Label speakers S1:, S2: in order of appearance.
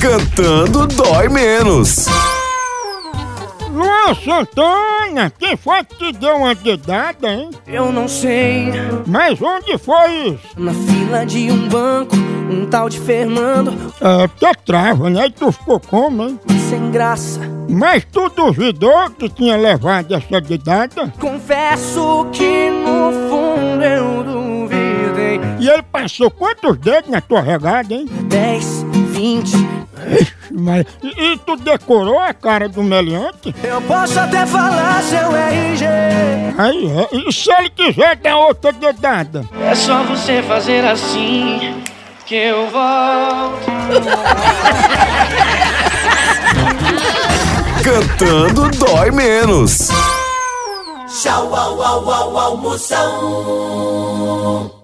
S1: Cantando dói menos.
S2: Luan Santana, quem foi que te deu uma dedada, hein?
S3: Eu não sei.
S2: Mas onde foi isso?
S3: Na fila de um banco, um tal de Fernando, um
S2: É, porque trava, né? E tu ficou como, hein?
S3: sem graça.
S2: Mas tu duvidou que tinha levado essa dedada?
S3: Confesso que no fundo eu duvidei.
S2: E ele passou quantos dedos na tua regada, hein?
S3: 10, 20.
S2: Mas, e, e tu decorou a cara do meliante?
S3: Eu posso até falar seu RG.
S2: Aí, é. E se ele quiser dar outra dedada?
S4: É só você fazer assim que eu volto.
S1: Cantando dói menos.
S5: Tchau, au, au, au, almoção.